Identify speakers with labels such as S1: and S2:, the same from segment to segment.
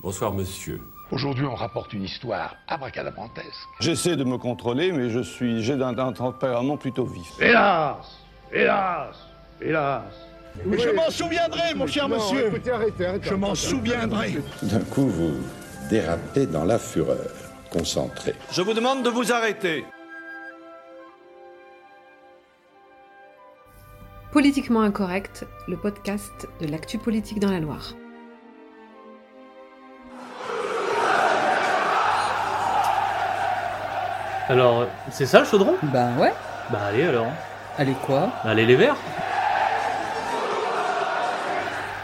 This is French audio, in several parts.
S1: bonsoir monsieur.
S2: Aujourd'hui, on rapporte une histoire abracadabrantesque.
S3: J'essaie de me contrôler, mais je suis, j'ai un, un tempérament plutôt vif.
S4: Hélas Hélas Hélas
S5: Mais je m'en souviendrai, mon cher monsieur
S6: Écoutez, arrêtez, arrêtez.
S5: Je m'en souviendrai
S7: D'un coup, vous dérapez dans la fureur, concentré.
S3: Je vous demande de vous arrêter.
S8: Politiquement incorrect, le podcast de l'actu politique dans la Loire.
S9: Alors, c'est ça le chaudron
S10: Ben ouais.
S9: Bah allez alors.
S10: Allez quoi
S9: Allez les verts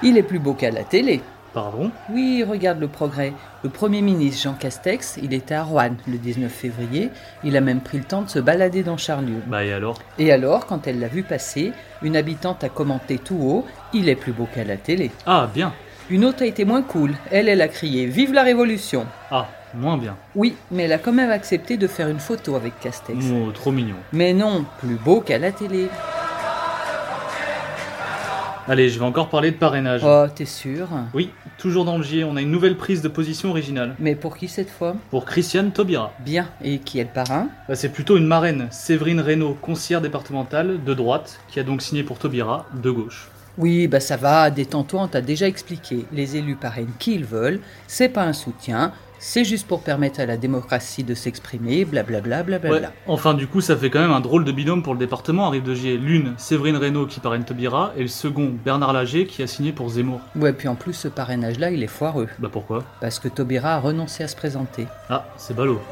S10: Il est plus beau qu'à la télé.
S9: Pardon
S10: Oui, regarde le progrès. Le Premier ministre Jean Castex, il était à Rouen le 19 février. Il a même pris le temps de se balader dans Charlieu.
S9: Bah et alors
S10: Et alors, quand elle l'a vu passer, une habitante a commenté tout haut Il est plus beau qu'à la télé.
S9: Ah bien
S10: Une autre a été moins cool. Elle, elle a crié Vive la Révolution
S9: Ah, moins bien.
S10: Oui, mais elle a quand même accepté de faire une photo avec Castex.
S9: Oh, trop mignon.
S10: Mais non, plus beau qu'à la télé.
S9: Allez, je vais encore parler de parrainage.
S10: Oh, t'es sûr
S9: Oui, toujours dans le J, on a une nouvelle prise de position originale.
S10: Mais pour qui cette fois
S9: Pour Christiane Taubira.
S10: Bien, et qui est le parrain
S9: Bah, c'est plutôt une marraine, Séverine Reynaud, conseillère départementale, de droite, qui a donc signé pour Taubira, de gauche.
S10: Oui, bah ça va, détends-toi, on t'a déjà expliqué. Les élus parrainent qui ils veulent, c'est pas un soutien, c'est juste pour permettre à la démocratie de s'exprimer, blablabla, blablabla.
S9: Ouais, Enfin, du coup, ça fait quand même un drôle de binôme pour le département, arrive de J. L'une, Séverine Reynaud qui parraine Taubira, et le second, Bernard Lager qui a signé pour Zemmour.
S10: Ouais, puis en plus, ce parrainage-là, il est foireux.
S9: Bah pourquoi
S10: Parce que Taubira a renoncé à se présenter.
S9: Ah, c'est ballot.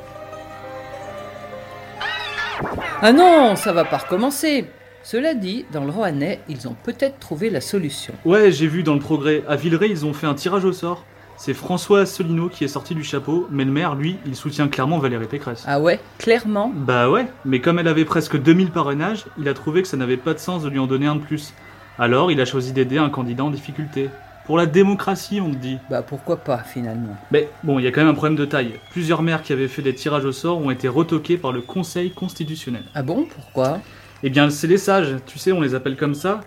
S10: Ah non, ça va pas recommencer Cela dit, dans le Rohanais, ils ont peut-être trouvé la solution.
S9: Ouais, j'ai vu dans le progrès, à Villeray, ils ont fait un tirage au sort. C'est François Asselineau qui est sorti du chapeau, mais le maire, lui, il soutient clairement Valérie Pécresse.
S10: Ah ouais, clairement
S9: Bah ouais, mais comme elle avait presque 2000 parrainages, il a trouvé que ça n'avait pas de sens de lui en donner un de plus. Alors il a choisi d'aider un candidat en difficulté. Pour la démocratie, on te dit.
S10: Bah pourquoi pas, finalement
S9: Mais bon, il y a quand même un problème de taille. Plusieurs maires qui avaient fait des tirages au sort ont été retoqués par le Conseil constitutionnel.
S10: Ah bon, pourquoi
S9: Eh bien, c'est les sages, tu sais, on les appelle comme ça.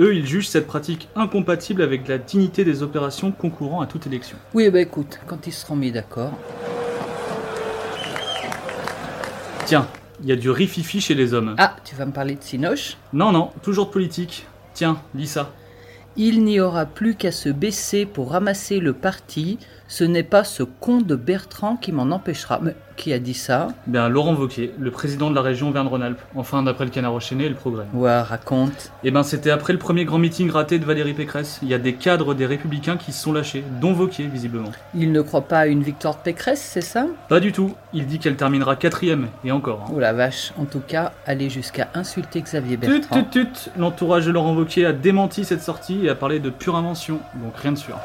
S9: Eux, ils jugent cette pratique incompatible avec la dignité des opérations concourant à toute élection.
S10: Oui, bah écoute, quand ils seront mis d'accord...
S9: Tiens, il y a du rififi chez les hommes.
S10: Ah, tu vas me parler de Sinoche
S9: Non, non, toujours de politique. Tiens, lis ça.
S10: Il n'y aura plus qu'à se baisser pour ramasser le parti. Ce n'est pas ce con de Bertrand qui m'en empêchera. Mais qui a dit ça
S9: Ben, Laurent Vauquier, le président de la région Verne-Rhône-Alpes. Enfin, d'après le canard enchaîné et le progrès.
S10: Ouais, raconte.
S9: Eh ben, c'était après le premier grand meeting raté de Valérie Pécresse. Il y a des cadres des Républicains qui se sont lâchés, dont Vauquier, visiblement.
S10: Il ne croit pas à une victoire de Pécresse, c'est ça
S9: Pas du tout. Il dit qu'elle terminera quatrième, et encore. hein.
S10: Oh la vache, en tout cas, aller jusqu'à insulter Xavier
S9: Tut,
S10: Bertrand.
S9: tut, tut L'entourage de Laurent Vauquier a démenti cette sortie et a parlé de pure invention, donc rien de sûr.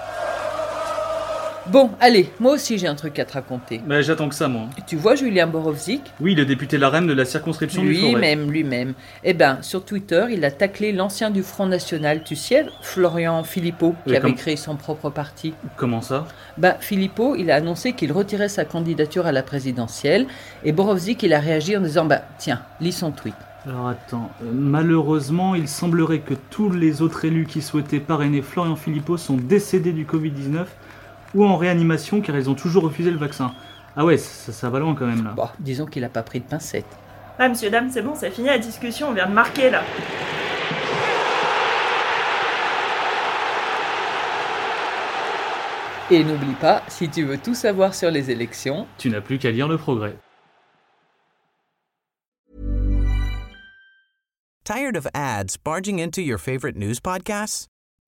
S10: Bon, allez, moi aussi j'ai un truc à te raconter.
S9: Mais j'attends que ça, moi.
S10: Tu vois Julien Borovzik
S9: Oui, le député Larem de la circonscription du Forêt.
S10: Lui-même, lui-même. Eh ben, sur Twitter, il a taclé l'ancien du Front National, tu sais, Florian Philippot, qui
S9: Oui,
S10: avait
S9: comme-
S10: créé son propre parti.
S9: Comment ça
S10: Bah, Philippot, il a annoncé qu'il retirait sa candidature à la présidentielle, et Borovzik, il a réagi en disant, bah, tiens, lis son tweet.
S9: Alors attends, euh, malheureusement, il semblerait que tous les autres élus qui souhaitaient parrainer Florian Philippot sont décédés du Covid-19 ou en réanimation car ils ont toujours refusé le vaccin. Ah ouais, ça, ça va loin quand même là.
S10: Bon, Bah, disons qu'il a pas pris de pincette.
S11: Ah, monsieur, dame, c'est bon, c'est fini la discussion, on vient de marquer là.
S10: Et n'oublie pas, si tu veux tout savoir sur les élections,
S9: Tu n'as plus qu'à lire le progrès.
S12: Tired of ads barging into your favorite news podcasts?